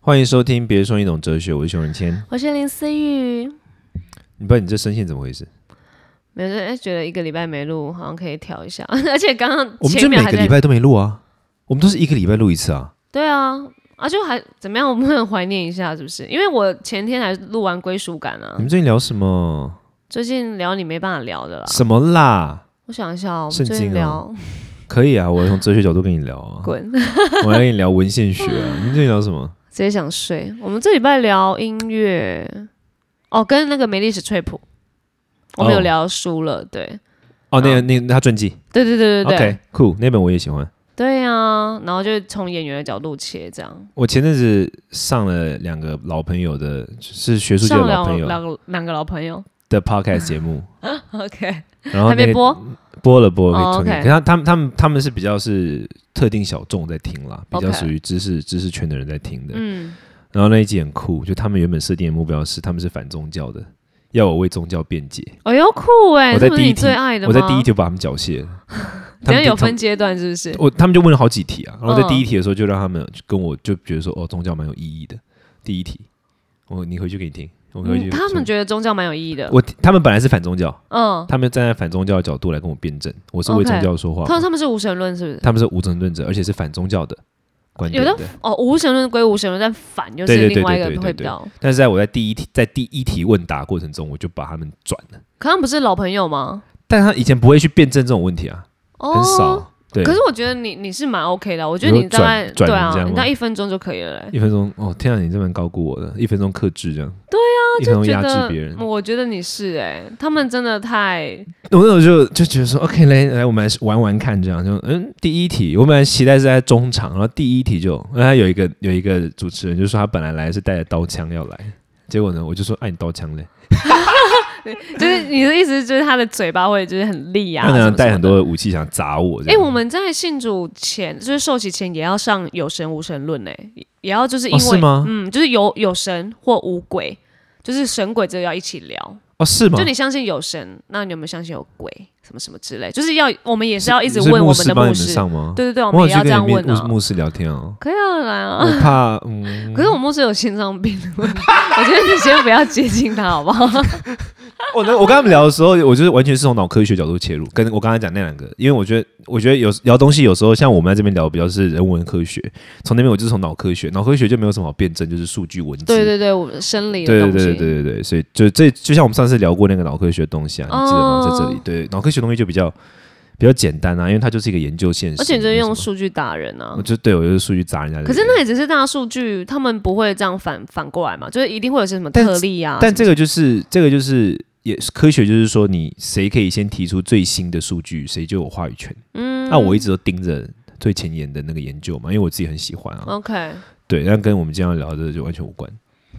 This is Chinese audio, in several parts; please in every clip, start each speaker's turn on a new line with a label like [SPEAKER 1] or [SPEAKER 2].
[SPEAKER 1] 欢迎收听《别说一种哲学》，我是熊仁谦。
[SPEAKER 2] 我是林思玉，
[SPEAKER 1] 你不知道你这声线怎么回事？
[SPEAKER 2] 没有，就觉得一个礼拜没录，好像可以调一下。 而且刚刚
[SPEAKER 1] 我们
[SPEAKER 2] 前
[SPEAKER 1] 这
[SPEAKER 2] 一秒
[SPEAKER 1] 每
[SPEAKER 2] 还
[SPEAKER 1] 个
[SPEAKER 2] 在
[SPEAKER 1] 礼拜都没录啊，我们都是一个礼拜录一次啊。
[SPEAKER 2] 对啊，啊就还怎么样？我们很怀念一下，是不是？因为我前天还录完归属感啊
[SPEAKER 1] 你，们最近聊什么？
[SPEAKER 2] 最近聊你没办法聊的啦。
[SPEAKER 1] 什么啦？
[SPEAKER 2] 我想一下哦，我
[SPEAKER 1] 圣
[SPEAKER 2] 们最近
[SPEAKER 1] 经
[SPEAKER 2] 聊
[SPEAKER 1] 哦可以啊，我从哲学角度跟你聊啊，
[SPEAKER 2] 滚，
[SPEAKER 1] 我来跟你聊文献学 啊。你们最近聊什么？
[SPEAKER 2] 直接想睡。我们这礼拜聊音乐，哦，跟那个梅丽史翠普，我们有
[SPEAKER 1] 哦
[SPEAKER 2] 聊书了，对，
[SPEAKER 1] 哦，那个那个他传记
[SPEAKER 2] 对对对对对
[SPEAKER 1] ，OK，cool，那本我也喜欢。
[SPEAKER 2] 对啊，然后就从演员的角度切，这样
[SPEAKER 1] 我前阵子上了两个老朋友的，是学术界的
[SPEAKER 2] 上
[SPEAKER 1] 老
[SPEAKER 2] 聊
[SPEAKER 1] 朋友
[SPEAKER 2] 两个两个老朋友
[SPEAKER 1] 的 podcast 节目，
[SPEAKER 2] ，OK。
[SPEAKER 1] 然 后
[SPEAKER 2] 还
[SPEAKER 1] 那
[SPEAKER 2] 没
[SPEAKER 1] 个
[SPEAKER 2] 播，
[SPEAKER 1] 播了播了，可以
[SPEAKER 2] 哦
[SPEAKER 1] 传给你。
[SPEAKER 2] ，OK
[SPEAKER 1] 可他他们他们他们是比较是特定小众在听啦，比较
[SPEAKER 2] OK
[SPEAKER 1] 属于知识知识圈的人在听的。
[SPEAKER 2] 嗯，
[SPEAKER 1] 然后那一集很酷，就他们原本设定的目标是他们是反宗教的，要我为宗教辩解。
[SPEAKER 2] 哎呦酷哎，
[SPEAKER 1] 我在
[SPEAKER 2] 这不是
[SPEAKER 1] 第一
[SPEAKER 2] 你
[SPEAKER 1] 题
[SPEAKER 2] 最爱的吗？
[SPEAKER 1] 我在第一，题就把他们缴械 了。他
[SPEAKER 2] 等
[SPEAKER 1] 们
[SPEAKER 2] 下
[SPEAKER 1] 就
[SPEAKER 2] 有分，阶段是不是
[SPEAKER 1] 他们？我他们就问了好几题啊，然后在
[SPEAKER 2] 嗯
[SPEAKER 1] 第一题的时候就让他们跟我就觉得说，哦，宗教蛮有意义的。第一题，我你回去给你听，我回去
[SPEAKER 2] 嗯
[SPEAKER 1] 说。
[SPEAKER 2] 他们觉得宗教蛮有意义的，
[SPEAKER 1] 我他们本来是反宗教，
[SPEAKER 2] 嗯，
[SPEAKER 1] 他们站在反宗教的角度来跟我辩证，我是为
[SPEAKER 2] OK
[SPEAKER 1] 宗教说话
[SPEAKER 2] 他他们是无神论是不是？
[SPEAKER 1] 他们是无神论者，而且是反宗教的观点
[SPEAKER 2] 有
[SPEAKER 1] 的
[SPEAKER 2] 的。哦，无神论归无神论，但反就
[SPEAKER 1] 对对
[SPEAKER 2] 是
[SPEAKER 1] 对
[SPEAKER 2] 另外一
[SPEAKER 1] 对
[SPEAKER 2] 个
[SPEAKER 1] 对
[SPEAKER 2] 会
[SPEAKER 1] 对
[SPEAKER 2] 比较。
[SPEAKER 1] 但是在我在第一题在第一题问答过程中，我就把他们转了。
[SPEAKER 2] 可他们不是老朋友吗？
[SPEAKER 1] 但他以前不会去辩证这种问题啊，
[SPEAKER 2] 哦，
[SPEAKER 1] 很少。。对，
[SPEAKER 2] 可是我觉得你你是蛮 OK 的，我觉得
[SPEAKER 1] 你
[SPEAKER 2] 你
[SPEAKER 1] 说
[SPEAKER 2] 大概
[SPEAKER 1] 转
[SPEAKER 2] 对
[SPEAKER 1] 转人
[SPEAKER 2] 啊
[SPEAKER 1] 家，吗
[SPEAKER 2] 你大概一分钟就可以了嘞。欸
[SPEAKER 1] 一分钟哦，天啊，你这么高估我的，一分钟克制这样。对啊，一分钟
[SPEAKER 2] 觉
[SPEAKER 1] 压制
[SPEAKER 2] 得
[SPEAKER 1] 别人。我
[SPEAKER 2] 我觉得你是哎，他们真的太
[SPEAKER 1] 那时候就就觉得说，OK，来来，我们来玩玩看这样。就嗯，第一题，我本来期待是在中场，然后第一题就，然后他有一个有一个主持人就说他本来来是带着刀枪要来，结果呢，我就说，哎、你刀枪嘞，
[SPEAKER 2] 就是你的意思，就是他的嘴巴会就是很利啊，
[SPEAKER 1] 他可
[SPEAKER 2] 什么
[SPEAKER 1] 能带
[SPEAKER 2] 什么
[SPEAKER 1] 很
[SPEAKER 2] 的
[SPEAKER 1] 多的武器想砸我这
[SPEAKER 2] 哎、
[SPEAKER 1] 样。
[SPEAKER 2] 我们在信主前，就是受洗前，也要上有神无神论呢、也也要就是因
[SPEAKER 1] 哦是
[SPEAKER 2] 为，
[SPEAKER 1] 吗
[SPEAKER 2] 嗯，就是有有神或无鬼，就是神鬼这个要一起聊。
[SPEAKER 1] 哦是吗？
[SPEAKER 2] 就你相信有神，那你有没有相信有鬼什么什么之类？就是要我们也是要一直
[SPEAKER 1] 是
[SPEAKER 2] 问
[SPEAKER 1] 牧
[SPEAKER 2] 我们
[SPEAKER 1] 师
[SPEAKER 2] 的
[SPEAKER 1] 帮你们
[SPEAKER 2] 牧师，
[SPEAKER 1] 上吗？
[SPEAKER 2] 对对对，我
[SPEAKER 1] 我
[SPEAKER 2] 们
[SPEAKER 1] 有
[SPEAKER 2] 也
[SPEAKER 1] 去
[SPEAKER 2] 要
[SPEAKER 1] 跟
[SPEAKER 2] 这样
[SPEAKER 1] 你
[SPEAKER 2] 问
[SPEAKER 1] 面牧
[SPEAKER 2] 啊。
[SPEAKER 1] 牧师聊天 哦，
[SPEAKER 2] 可以啊，来啊！
[SPEAKER 1] 我怕嗯，
[SPEAKER 2] 可是我牧师有心脏病的问题，我觉得你先不要接近他，好不 好？
[SPEAKER 1] 我那我跟他们聊的时候，我就是完全是从脑科学角度切入，跟我刚才讲那两个，因为我觉得我觉得有聊东西有时候像我们在这边聊比较是人文科学，从那边我就是从脑科学，脑科学就没有什么好辩证，就是数据文字。
[SPEAKER 2] 对对对，我生理的
[SPEAKER 1] 对
[SPEAKER 2] 东
[SPEAKER 1] 对
[SPEAKER 2] 西，
[SPEAKER 1] 对对对对对，所以就这就像我们上次聊过那个脑科学的东西啊，你记得吗？在这里
[SPEAKER 2] 哦，
[SPEAKER 1] 对脑科学的东西就比较比较简单啊，因为它就是一个研究现实，
[SPEAKER 2] 而且你就是
[SPEAKER 1] 没什
[SPEAKER 2] 用
[SPEAKER 1] 么，
[SPEAKER 2] 数据打人啊
[SPEAKER 1] 我。就对我就是数据砸人家的
[SPEAKER 2] 可是
[SPEAKER 1] 脸
[SPEAKER 2] 那也只是大数据，他们不会这样反反过来嘛？就是一定会有些什么特例啊？
[SPEAKER 1] 但这
[SPEAKER 2] 个
[SPEAKER 1] 个就是这个就是也科学，就是说你谁可以先提出最新的数据，谁就有话语权。
[SPEAKER 2] 嗯
[SPEAKER 1] 那、啊我一直都盯着最前沿的那个研究嘛，因为我自己很喜欢啊。
[SPEAKER 2] OK，
[SPEAKER 1] 对，但跟我们今天要聊的就完全无关。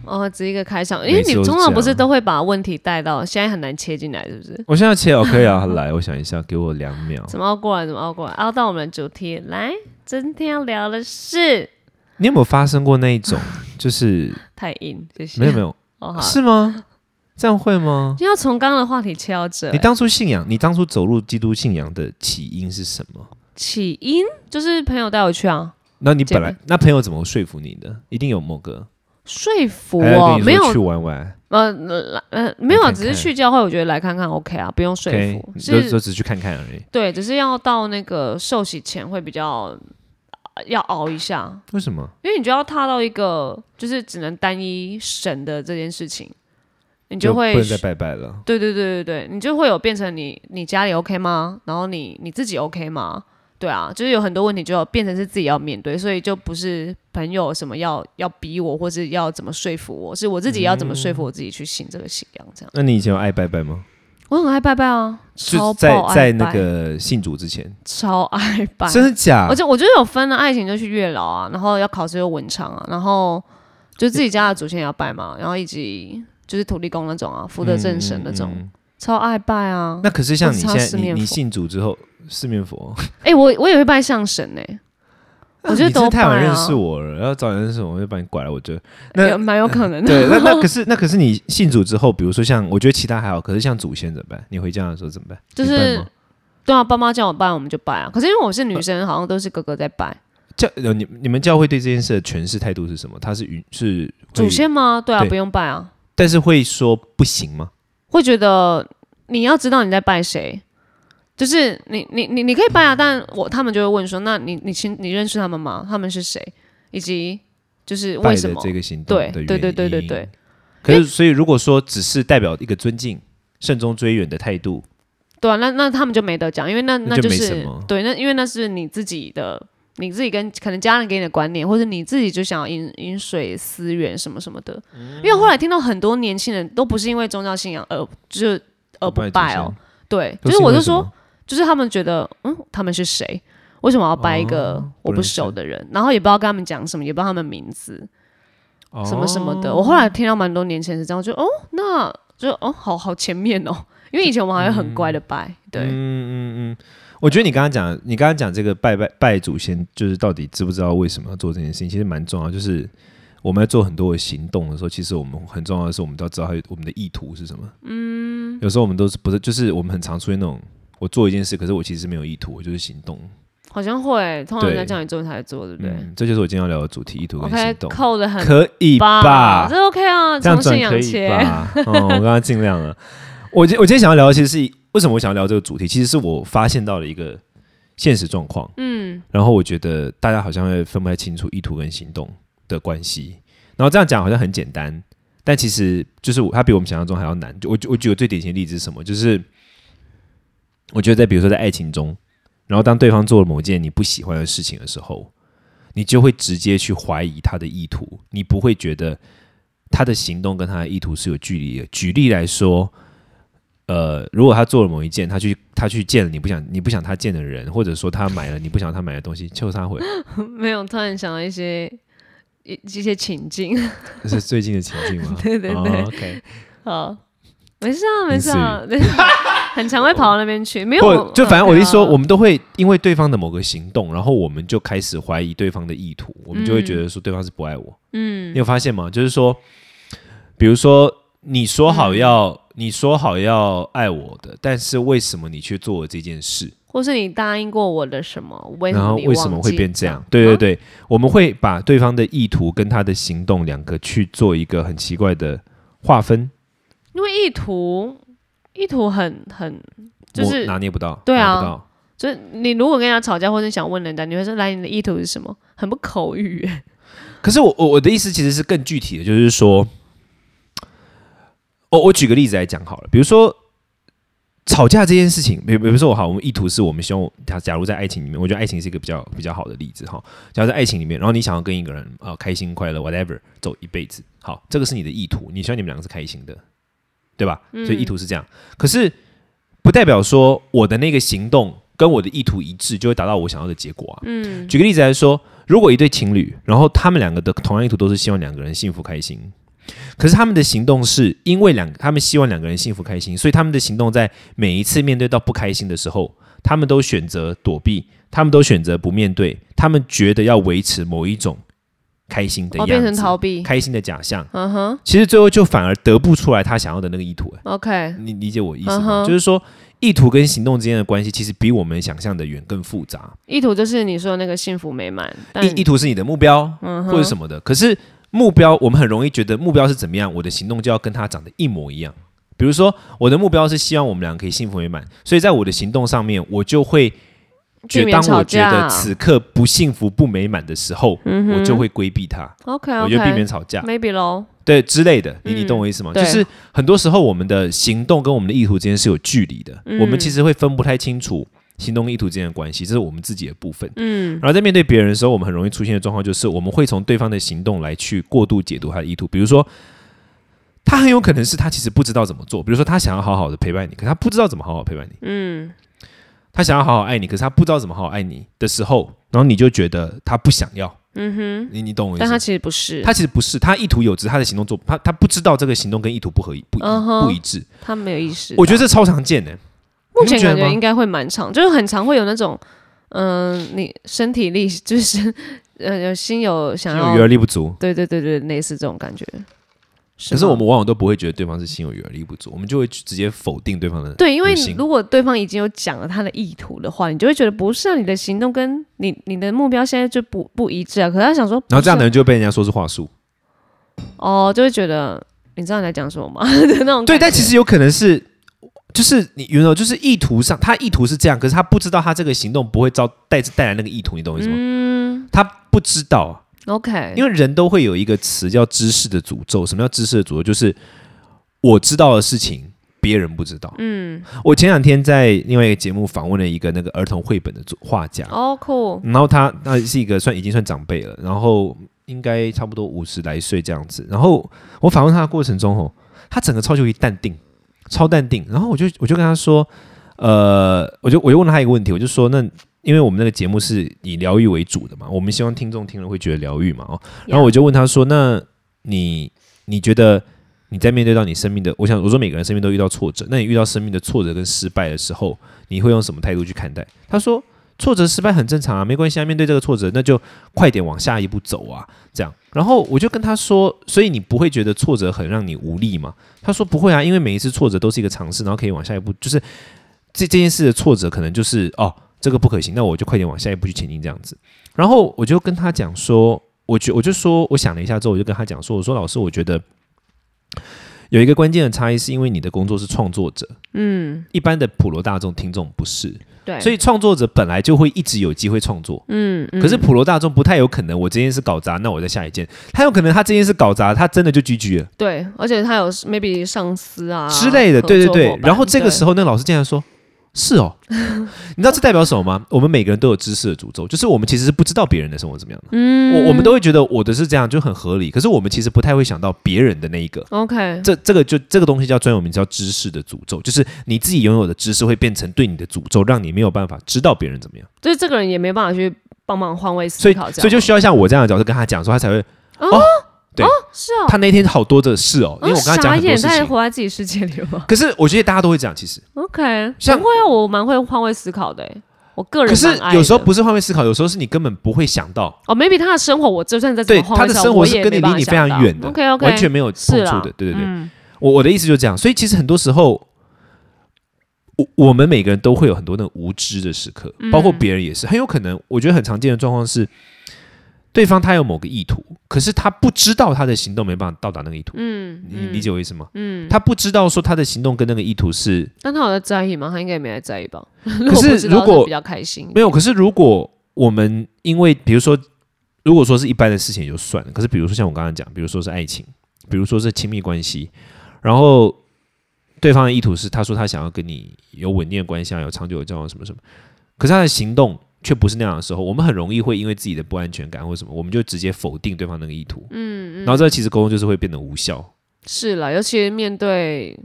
[SPEAKER 2] 哦，只一个开场，因
[SPEAKER 1] 每
[SPEAKER 2] 为
[SPEAKER 1] 次
[SPEAKER 2] 你
[SPEAKER 1] 都是
[SPEAKER 2] 通
[SPEAKER 1] 这样
[SPEAKER 2] 常不是都会把问题带到，现在很难切进来，是不是？
[SPEAKER 1] 我现在切 OK 啊，来，我想一下，给我两秒。
[SPEAKER 2] 怎么熬过来？怎么熬过来？啊熬到我们的主题来，今天要聊的是
[SPEAKER 1] 你有没有发生过那一种， 就是
[SPEAKER 2] 太硬，谢谢。
[SPEAKER 1] 没有没有，
[SPEAKER 2] 哦，好，
[SPEAKER 1] 是吗？这样会吗？
[SPEAKER 2] 要从刚刚的话题切到这
[SPEAKER 1] 你。当初信仰，你当初走入基督信仰的起因是什么？
[SPEAKER 2] 起因就是朋友带我去啊，
[SPEAKER 1] 那你本
[SPEAKER 2] 见
[SPEAKER 1] 来那朋友怎么说服你的？一定有某个，
[SPEAKER 2] 说服
[SPEAKER 1] 还要
[SPEAKER 2] 我
[SPEAKER 1] 哎跟
[SPEAKER 2] 没
[SPEAKER 1] 你
[SPEAKER 2] 有
[SPEAKER 1] 说去玩玩，
[SPEAKER 2] 呃来呃没有
[SPEAKER 1] 来
[SPEAKER 2] 啊，
[SPEAKER 1] 看
[SPEAKER 2] 只是
[SPEAKER 1] 看
[SPEAKER 2] 去教会，我觉得来看看 OK 啊，不用说
[SPEAKER 1] OK，
[SPEAKER 2] 服，
[SPEAKER 1] 就就是只是去看看而已。
[SPEAKER 2] 对，只是要到那个受洗前会比较呃要熬一下，
[SPEAKER 1] 为什么？
[SPEAKER 2] 因为你就要踏到一个就是只能单一神的这件事情，你就会
[SPEAKER 1] 不能再拜拜了。
[SPEAKER 2] 对对对对对，你就会有变成你你家里 OK 吗？然后你你自己 OK 吗？对啊，就是有很多问题就要变成是自己要面对，所以就不是朋友什么要要逼我，或是要怎么说服我，是我自己要怎么说服我自己去信这个信仰这样。
[SPEAKER 1] 那你以前有爱拜拜吗？
[SPEAKER 2] 我很爱拜拜啊，
[SPEAKER 1] 就
[SPEAKER 2] 超
[SPEAKER 1] 是在
[SPEAKER 2] 爆爱
[SPEAKER 1] 在那
[SPEAKER 2] 拜
[SPEAKER 1] 个信主之前，
[SPEAKER 2] 超爱拜，
[SPEAKER 1] 真的假
[SPEAKER 2] 而？且我觉得有分了，爱情就去月老啊，然后要考试就文昌啊，然后就自己家的祖先也要拜嘛，然后以及就是土地公那种啊，福德正神那种，
[SPEAKER 1] 嗯嗯嗯
[SPEAKER 2] 超爱拜啊。
[SPEAKER 1] 那可是像
[SPEAKER 2] 我
[SPEAKER 1] 你
[SPEAKER 2] 只
[SPEAKER 1] 现
[SPEAKER 2] 唱
[SPEAKER 1] 在，
[SPEAKER 2] 四
[SPEAKER 1] 你
[SPEAKER 2] 面
[SPEAKER 1] 你
[SPEAKER 2] 佛
[SPEAKER 1] 信主之后，四面佛，
[SPEAKER 2] 哎、我我也会拜象神呢、我觉 得
[SPEAKER 1] 你真
[SPEAKER 2] 都
[SPEAKER 1] 的太晚
[SPEAKER 2] 拜啊
[SPEAKER 1] 认识我了，要早点认识我，我就把你拐了。我 觉得那
[SPEAKER 2] 有蛮有可能的。
[SPEAKER 1] 对，那那可是那可是你信主之后，比如说像我觉得其他还好，可是像祖先怎么办？你回家的时候怎么办？
[SPEAKER 2] 就
[SPEAKER 1] 你拜
[SPEAKER 2] 是
[SPEAKER 1] 吗
[SPEAKER 2] 对啊，爸妈叫我拜我们就拜啊。可是因为我是女生，好像都是哥哥在拜。
[SPEAKER 1] 教呃你你们教会对这件事的诠释态度是什么？他是允是会
[SPEAKER 2] 祖，先吗？对啊，
[SPEAKER 1] 对
[SPEAKER 2] 不用拜啊，
[SPEAKER 1] 但是会说不行吗？
[SPEAKER 2] 会觉得你要知道你在拜谁，就是你你你你可以拜
[SPEAKER 1] 嗯
[SPEAKER 2] 啊，但我他们就会问说，那你你亲你认识他们吗？他们是谁？以及就是
[SPEAKER 1] 拜
[SPEAKER 2] 为什
[SPEAKER 1] 的
[SPEAKER 2] 么？
[SPEAKER 1] 这个行动
[SPEAKER 2] 对
[SPEAKER 1] 的原因
[SPEAKER 2] 对对对对对。
[SPEAKER 1] 可是所以如果说只是代表一个尊敬、慎终追远的态度，
[SPEAKER 2] 对啊，那那他们就没得讲，因为那
[SPEAKER 1] 那
[SPEAKER 2] 那
[SPEAKER 1] 就没什
[SPEAKER 2] 是
[SPEAKER 1] 么
[SPEAKER 2] 对，那因为那是你自己的，你自己跟可能家人给你的观念，或者你自己就想要饮饮水思源什么什么的。因为后来听到很多年轻人都不是因为宗教信仰而就是而不拜哦，对，
[SPEAKER 1] 不拜祖先，
[SPEAKER 2] 就是
[SPEAKER 1] 都
[SPEAKER 2] 我就
[SPEAKER 1] 因为什
[SPEAKER 2] 说
[SPEAKER 1] 么，，
[SPEAKER 2] 就是他们觉得嗯，他们是谁？为什么要拜一个
[SPEAKER 1] 哦
[SPEAKER 2] 我不熟的人？然后也不知道跟他们讲什么，也不知道他们名字什
[SPEAKER 1] 哦
[SPEAKER 2] 么什么的。我后来听到蛮多年轻人是这样，我就哦，那就哦，好好前面哦， 因为以前我们还会很乖的拜，对。
[SPEAKER 1] 嗯我觉得你刚刚讲，你刚刚讲这个拜拜拜祖先，就是到底知不知道为什么要做这件事情，其实蛮重要。就是我们在做很多的行动的时候，其实我们很重要的是，我们都要知道它我们的意图是什么。嗯，有时候我们都是不是，就是我们很常出现那种，我做一件事，可是我其实没有意图，我就是行动。
[SPEAKER 2] 好像会，通常人家
[SPEAKER 1] 对
[SPEAKER 2] 叫你做你才做，对不对
[SPEAKER 1] 嗯，这就是我今天要聊的主题：意图跟行
[SPEAKER 2] ？OK，
[SPEAKER 1] 动。
[SPEAKER 2] 扣的很
[SPEAKER 1] 可以吧？
[SPEAKER 2] 这 OK 啊，
[SPEAKER 1] 这样
[SPEAKER 2] 从
[SPEAKER 1] 转
[SPEAKER 2] 信仰
[SPEAKER 1] 可以
[SPEAKER 2] 切，
[SPEAKER 1] 吧？嗯，我刚刚尽量了。我今我今天想要聊的其实是为什么我想要聊这个主题，其实是我发现到了一个现实状况，
[SPEAKER 2] 嗯，
[SPEAKER 1] 然后我觉得大家好像会分不太清楚意图跟行动的关系。然后这样讲好像很简单，但其实就是我它比我们想象中还要难。就我我举个最典型的例子是什么？就是我觉得在比如说在爱情中，然后当对方做了某件你不喜欢的事情的时候，你就会直接去怀疑他的意图，你不会觉得他的行动跟他的意图是有距离的。举例来说，呃，如果他做了某一件，他去他去见了你不想你不想他见的人，或者说他买了你不想他买的东西，就他 回
[SPEAKER 2] 没有，突然想到一些一一些情境，
[SPEAKER 1] 这是最近的情境吗？
[SPEAKER 2] 对对对
[SPEAKER 1] 哦、，OK，
[SPEAKER 2] 好，没事啊，没
[SPEAKER 1] 林
[SPEAKER 2] 事
[SPEAKER 1] 思
[SPEAKER 2] 啊， 很常会跑到那边去，没
[SPEAKER 1] 或
[SPEAKER 2] 有，
[SPEAKER 1] 就反正我一说，
[SPEAKER 2] 嗯
[SPEAKER 1] 我们都会因为对方的某个行动，然后我们就开始怀疑对方的意图，我们就会觉得说对方是不爱我。嗯，你有发现吗？就是说，比如说你说好要、你说好要爱我的，但是为什么你却做了这件事？
[SPEAKER 2] 或是你答应过我的什么，为什
[SPEAKER 1] 然
[SPEAKER 2] 么
[SPEAKER 1] 后
[SPEAKER 2] 你
[SPEAKER 1] 为什么
[SPEAKER 2] 忘
[SPEAKER 1] 会
[SPEAKER 2] 记
[SPEAKER 1] 变这样？？对对对，我们会把对方的意图跟他的行动两个去做一个很奇怪的划分，
[SPEAKER 2] 因为意图意图很很就
[SPEAKER 1] 我
[SPEAKER 2] 是
[SPEAKER 1] 拿捏不到，
[SPEAKER 2] 对啊
[SPEAKER 1] 拿不到。
[SPEAKER 2] 就是你如果跟人家吵架，或者你想问人家，你会说来你的意图是什么，很不 口语，欸
[SPEAKER 1] 可是我我我的意思其实是更具体的，就是说，哦我我举个例子来讲好了，比如说吵架这件事情，比比如说我好，我们意图是我们希望，假假如在爱情里面，我觉得爱情是一个比较比较好的例子哈。假如在爱情里面，然后你想要跟一个人啊、呃开心快乐 whatever 走一辈子，好，这个是你的意图，你希望你们两个是开心的，对吧？所以意图是这样，可是不代表说我的那个行动跟我的意图一致，就会达到我想要的结果啊。
[SPEAKER 2] 嗯，
[SPEAKER 1] 举个例子来说，如果一对情侣，然后他们两个的同样意图都是希望两个人幸福开心，可是他们的行动是因为两，他们希望两个人幸福开心，所以他们的行动在每一次面对到不开心的时候，他们都选择躲避，他们都选择不面对，他们觉得要维持某一种开心的样
[SPEAKER 2] 哦，变
[SPEAKER 1] 子，
[SPEAKER 2] 成逃避，
[SPEAKER 1] 开心的假象，
[SPEAKER 2] 嗯哼
[SPEAKER 1] 其实最后就反而得不出来他想要的那个意图、哎
[SPEAKER 2] ，OK，
[SPEAKER 1] 你理解我意思
[SPEAKER 2] 嗯
[SPEAKER 1] 吗
[SPEAKER 2] 哼
[SPEAKER 1] 就是说，意图跟行动之间的关系，其实比我们想象的远更复杂。
[SPEAKER 2] 意图就是你说那个幸福美满，但
[SPEAKER 1] 意意图是你的目标，
[SPEAKER 2] 嗯
[SPEAKER 1] 或者什么的。可是目标，我们很容易觉得目标是怎么样，我的行动就要跟他长得一模一样。比如说，我的目标是希望我们俩可以幸福美满，所以在我的行动上面，我就会
[SPEAKER 2] 避
[SPEAKER 1] 觉
[SPEAKER 2] 免
[SPEAKER 1] 当
[SPEAKER 2] 吵
[SPEAKER 1] 我觉
[SPEAKER 2] 架
[SPEAKER 1] 得此刻不幸福、不美满的时候，我就会规避它，
[SPEAKER 2] OK
[SPEAKER 1] 我
[SPEAKER 2] OK，
[SPEAKER 1] 就避免吵架，
[SPEAKER 2] 嗯 maybe 咯，
[SPEAKER 1] 对之类的。你你
[SPEAKER 2] 嗯
[SPEAKER 1] 懂我意思吗？就
[SPEAKER 2] 对
[SPEAKER 1] 是很多时候我们的行动跟我们的意图之间是有距离的，
[SPEAKER 2] 嗯
[SPEAKER 1] 我们其实会分不太清楚行动跟意图之间的关系，这是我们自己的部分。
[SPEAKER 2] 嗯
[SPEAKER 1] 然后在面对别人的时候，我们很容易出现的状况就是，我们会从对方的行动来去过度解读他的意图。比如说，他很有可能是他其实不知道怎么做。比如说，他想要好好的陪伴你，可他不知道怎么好好陪伴你；
[SPEAKER 2] 嗯，
[SPEAKER 1] 他想要好好爱你，可是他不知道怎么好好爱你的时候，然后你就觉得他不想要。嗯哼，你你懂我意
[SPEAKER 2] 但
[SPEAKER 1] 思
[SPEAKER 2] 他
[SPEAKER 1] 吗？
[SPEAKER 2] 其实不是，
[SPEAKER 1] 他其实不是，他意图有，只是他的行动做他他不知道这个行动跟意图不合一不一、
[SPEAKER 2] 嗯哼
[SPEAKER 1] 不一致。
[SPEAKER 2] 他没有意识到。
[SPEAKER 1] 我觉得这超常见的、
[SPEAKER 2] 目
[SPEAKER 1] 你不
[SPEAKER 2] 前
[SPEAKER 1] 觉得
[SPEAKER 2] 感觉
[SPEAKER 1] 吗
[SPEAKER 2] 应该会蛮长，就是很常会有那种，嗯、你身体力 就是呃有心有想
[SPEAKER 1] 因为余
[SPEAKER 2] 要
[SPEAKER 1] 而，力不足。
[SPEAKER 2] 对对对对，类似这种感觉。
[SPEAKER 1] 可是
[SPEAKER 2] 吗
[SPEAKER 1] 我们往往都不会觉得对方是心有余而力不足，我们就会去直接否定对方的
[SPEAKER 2] 对，因为
[SPEAKER 1] 有
[SPEAKER 2] 你
[SPEAKER 1] 心
[SPEAKER 2] 如果对方已经有讲了他的意图的话，你就会觉得不是啊，你的行动跟你你的目标现在就不不一致啊。可是他想说，
[SPEAKER 1] 然后这样的
[SPEAKER 2] 不是
[SPEAKER 1] 人就被人家说是话术。
[SPEAKER 2] 哦，就会觉得你知道你在讲什么吗 的那种感觉。
[SPEAKER 1] 对，但其实有可能是，就是你原 o 就是意图上，他意图是这样，可是他不知道他这个行动不会造带带来那个意图，你懂我意思吗？
[SPEAKER 2] 嗯
[SPEAKER 1] 他不知道，
[SPEAKER 2] OK，
[SPEAKER 1] 因为人都会有一个词叫知识的诅咒。什么叫知识的诅咒？就是我知道的事情。别人不知道，嗯，我前两天在另外一个节目访问了一个那个儿童绘本的作画家，
[SPEAKER 2] 哦酷，
[SPEAKER 1] 然后他那是一个算已经算长辈了，然后应该差不多五十来岁这样子。然后我访问他的过程中，哦，他整个超级淡定，超淡定。然后我就我就跟他说，呃，我就我就问了他一个问题，我就说，那因为我们那个节目是以疗愈为主的嘛，我们希望听众听了会觉得疗愈嘛，哦。然后我就问他说，那你你觉得？你在面对到你生命的，我想我说每个人生命都遇到挫折，那你遇到生命的挫折跟失败的时候，你会用什么态度去看待？他说，挫折失败很正常啊，没关系啊，面对这个挫折，那就快点往下一步走啊，这样。然后我就跟他说，所以你不会觉得挫折很让你无力吗？他说不会啊，因为每一次挫折都是一个尝试，然后可以往下一步，就是这这件事的挫折可能就是哦，这个不可行，那我就快点往下一步去前进这样子。然后我就跟他讲说，我觉我就说，我想了一下之后，我就跟他讲说，我说老师，我觉得有一个关键的差异是因为你的工作是创作者，嗯，一般的普罗大众听众不是，
[SPEAKER 2] 对，
[SPEAKER 1] 所以创作者本来就会一直有机会创作，嗯，可是普罗大众不太有可能，我这件事搞砸，那我再下一件，他有可能他这件事搞砸，他真的就 GG 了、
[SPEAKER 2] 对，而且他有 maybe 上司啊
[SPEAKER 1] 之类的，对对对。然后这个时
[SPEAKER 2] 候
[SPEAKER 1] 候，那老师竟然说。是 哦，你知道这代表什么吗？我们每个人都有知识的诅咒，就是我们其实是不知道别人的生活怎么样的。嗯，我我们都会觉得我的是这样就很合理，可是我们其实不太会想到别人的那一个。
[SPEAKER 2] 嗯 OK，
[SPEAKER 1] 这这个就这个东西叫专有名词，叫知识的诅咒，就是你自己拥有的知识会变成对你的诅咒，让你没有办法知道别人怎么样。
[SPEAKER 2] 就是这个人也没办法去帮忙换位
[SPEAKER 1] 所
[SPEAKER 2] 思
[SPEAKER 1] 以
[SPEAKER 2] 考，这样
[SPEAKER 1] 所以就需要像我这样的角色跟他讲说，他才会哦，对，
[SPEAKER 2] 是哦，
[SPEAKER 1] 他那天好多的事哦，因为我跟他讲
[SPEAKER 2] 啊傻
[SPEAKER 1] 很多
[SPEAKER 2] 眼，
[SPEAKER 1] 事
[SPEAKER 2] 他也
[SPEAKER 1] 情。
[SPEAKER 2] 活在自己世界里吗
[SPEAKER 1] 可是我觉得大家都会这样，其实，
[SPEAKER 2] ？OK，
[SPEAKER 1] 像
[SPEAKER 2] 不会啊，我蛮会换位思考的欸，我个人
[SPEAKER 1] 可是
[SPEAKER 2] 蛮爱
[SPEAKER 1] 有时候
[SPEAKER 2] 的
[SPEAKER 1] 不是换位思考，有时候是你根本不会想到，
[SPEAKER 2] 哦，maybe 他的生活，我就算在
[SPEAKER 1] 对他的生活是跟你离你非常远的
[SPEAKER 2] OK OK，
[SPEAKER 1] 完全没有碰
[SPEAKER 2] 是
[SPEAKER 1] 触
[SPEAKER 2] 啦嗯
[SPEAKER 1] 的。对对对，我我的意思就是这样。所以其实很多时候，我我们每个人都会有很多那种无知的时刻，
[SPEAKER 2] 嗯
[SPEAKER 1] 包括别人也是，很有可能，我觉得很常见的状况是。对方他有某个意图，可是他不知道他的行动没办法到达那个意图，
[SPEAKER 2] 嗯，
[SPEAKER 1] 你
[SPEAKER 2] 嗯
[SPEAKER 1] 理解我意思吗？
[SPEAKER 2] 嗯，
[SPEAKER 1] 他不知道说他的行动跟那个意图是
[SPEAKER 2] 但他有在在意吗？他应该也没在在意吧。
[SPEAKER 1] 可 是
[SPEAKER 2] 如
[SPEAKER 1] 如果
[SPEAKER 2] 比较开心，
[SPEAKER 1] 没有。可是如果我们因为比如说，如果说是一般的事情也就算了，可是比如说像我刚刚讲，比如说是爱情，比如说是亲密关系，然后对方的意图是他说他想要跟你有稳定的关系啊，有长久的交往什么什么，可是他的行动却不是那样的时候，我们很容易会因为自己的不安全感或什么，我们就直接否定对方那个意图，嗯，然后这其实沟通就是会变得无效。
[SPEAKER 2] 是啦，尤其是面对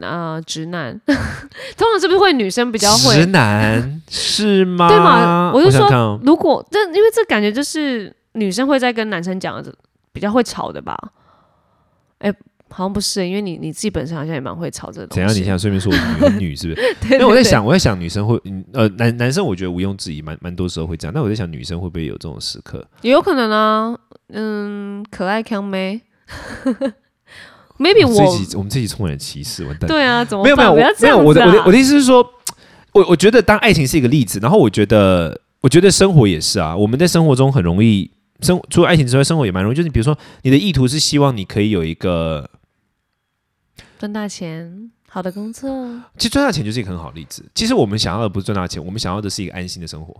[SPEAKER 2] 啊、呃直男， 通常是不是会女生比较
[SPEAKER 1] 直
[SPEAKER 2] 会？
[SPEAKER 1] 男是吗？
[SPEAKER 2] 对嘛我就
[SPEAKER 1] 想
[SPEAKER 2] 说
[SPEAKER 1] 看哦
[SPEAKER 2] 如果这因为这感觉就是女生会在跟男生讲的比较会吵的吧？哎、好像不是，因为你你自己本身好像也蛮会吵这个东
[SPEAKER 1] 怎样？
[SPEAKER 2] 西。
[SPEAKER 1] 你想顺便说我女女是不是？
[SPEAKER 2] 对，
[SPEAKER 1] 因
[SPEAKER 2] 对
[SPEAKER 1] 为我在
[SPEAKER 2] 对
[SPEAKER 1] 想，我在想女生会，嗯呃，男男生我觉得毋庸置疑，蛮蛮多时候会这样。那我在想，女生会不会有这种时刻？
[SPEAKER 2] 也有可能啊，嗯，可爱康妹 ，maybe
[SPEAKER 1] 哦自
[SPEAKER 2] 我
[SPEAKER 1] 己我们自己充满了歧视，完蛋。
[SPEAKER 2] 对啊，怎么
[SPEAKER 1] 没有没
[SPEAKER 2] 办
[SPEAKER 1] 有
[SPEAKER 2] 不
[SPEAKER 1] 我
[SPEAKER 2] 要这
[SPEAKER 1] 没有，
[SPEAKER 2] 样
[SPEAKER 1] 我
[SPEAKER 2] 子
[SPEAKER 1] 的我的
[SPEAKER 2] 啊
[SPEAKER 1] 我的意思是说，我我觉得当爱情是一个例子，然后我觉得我觉得生活也是啊，我们在生活中很容易生除了爱情之外，生活也蛮容易，就是比如说你的意图是希望你可以有一个。
[SPEAKER 2] 赚大钱，好的工作，
[SPEAKER 1] 其实赚大钱就是一个很好的例子。其实我们想要的不是赚大钱，我们想要的是一个安心的生活。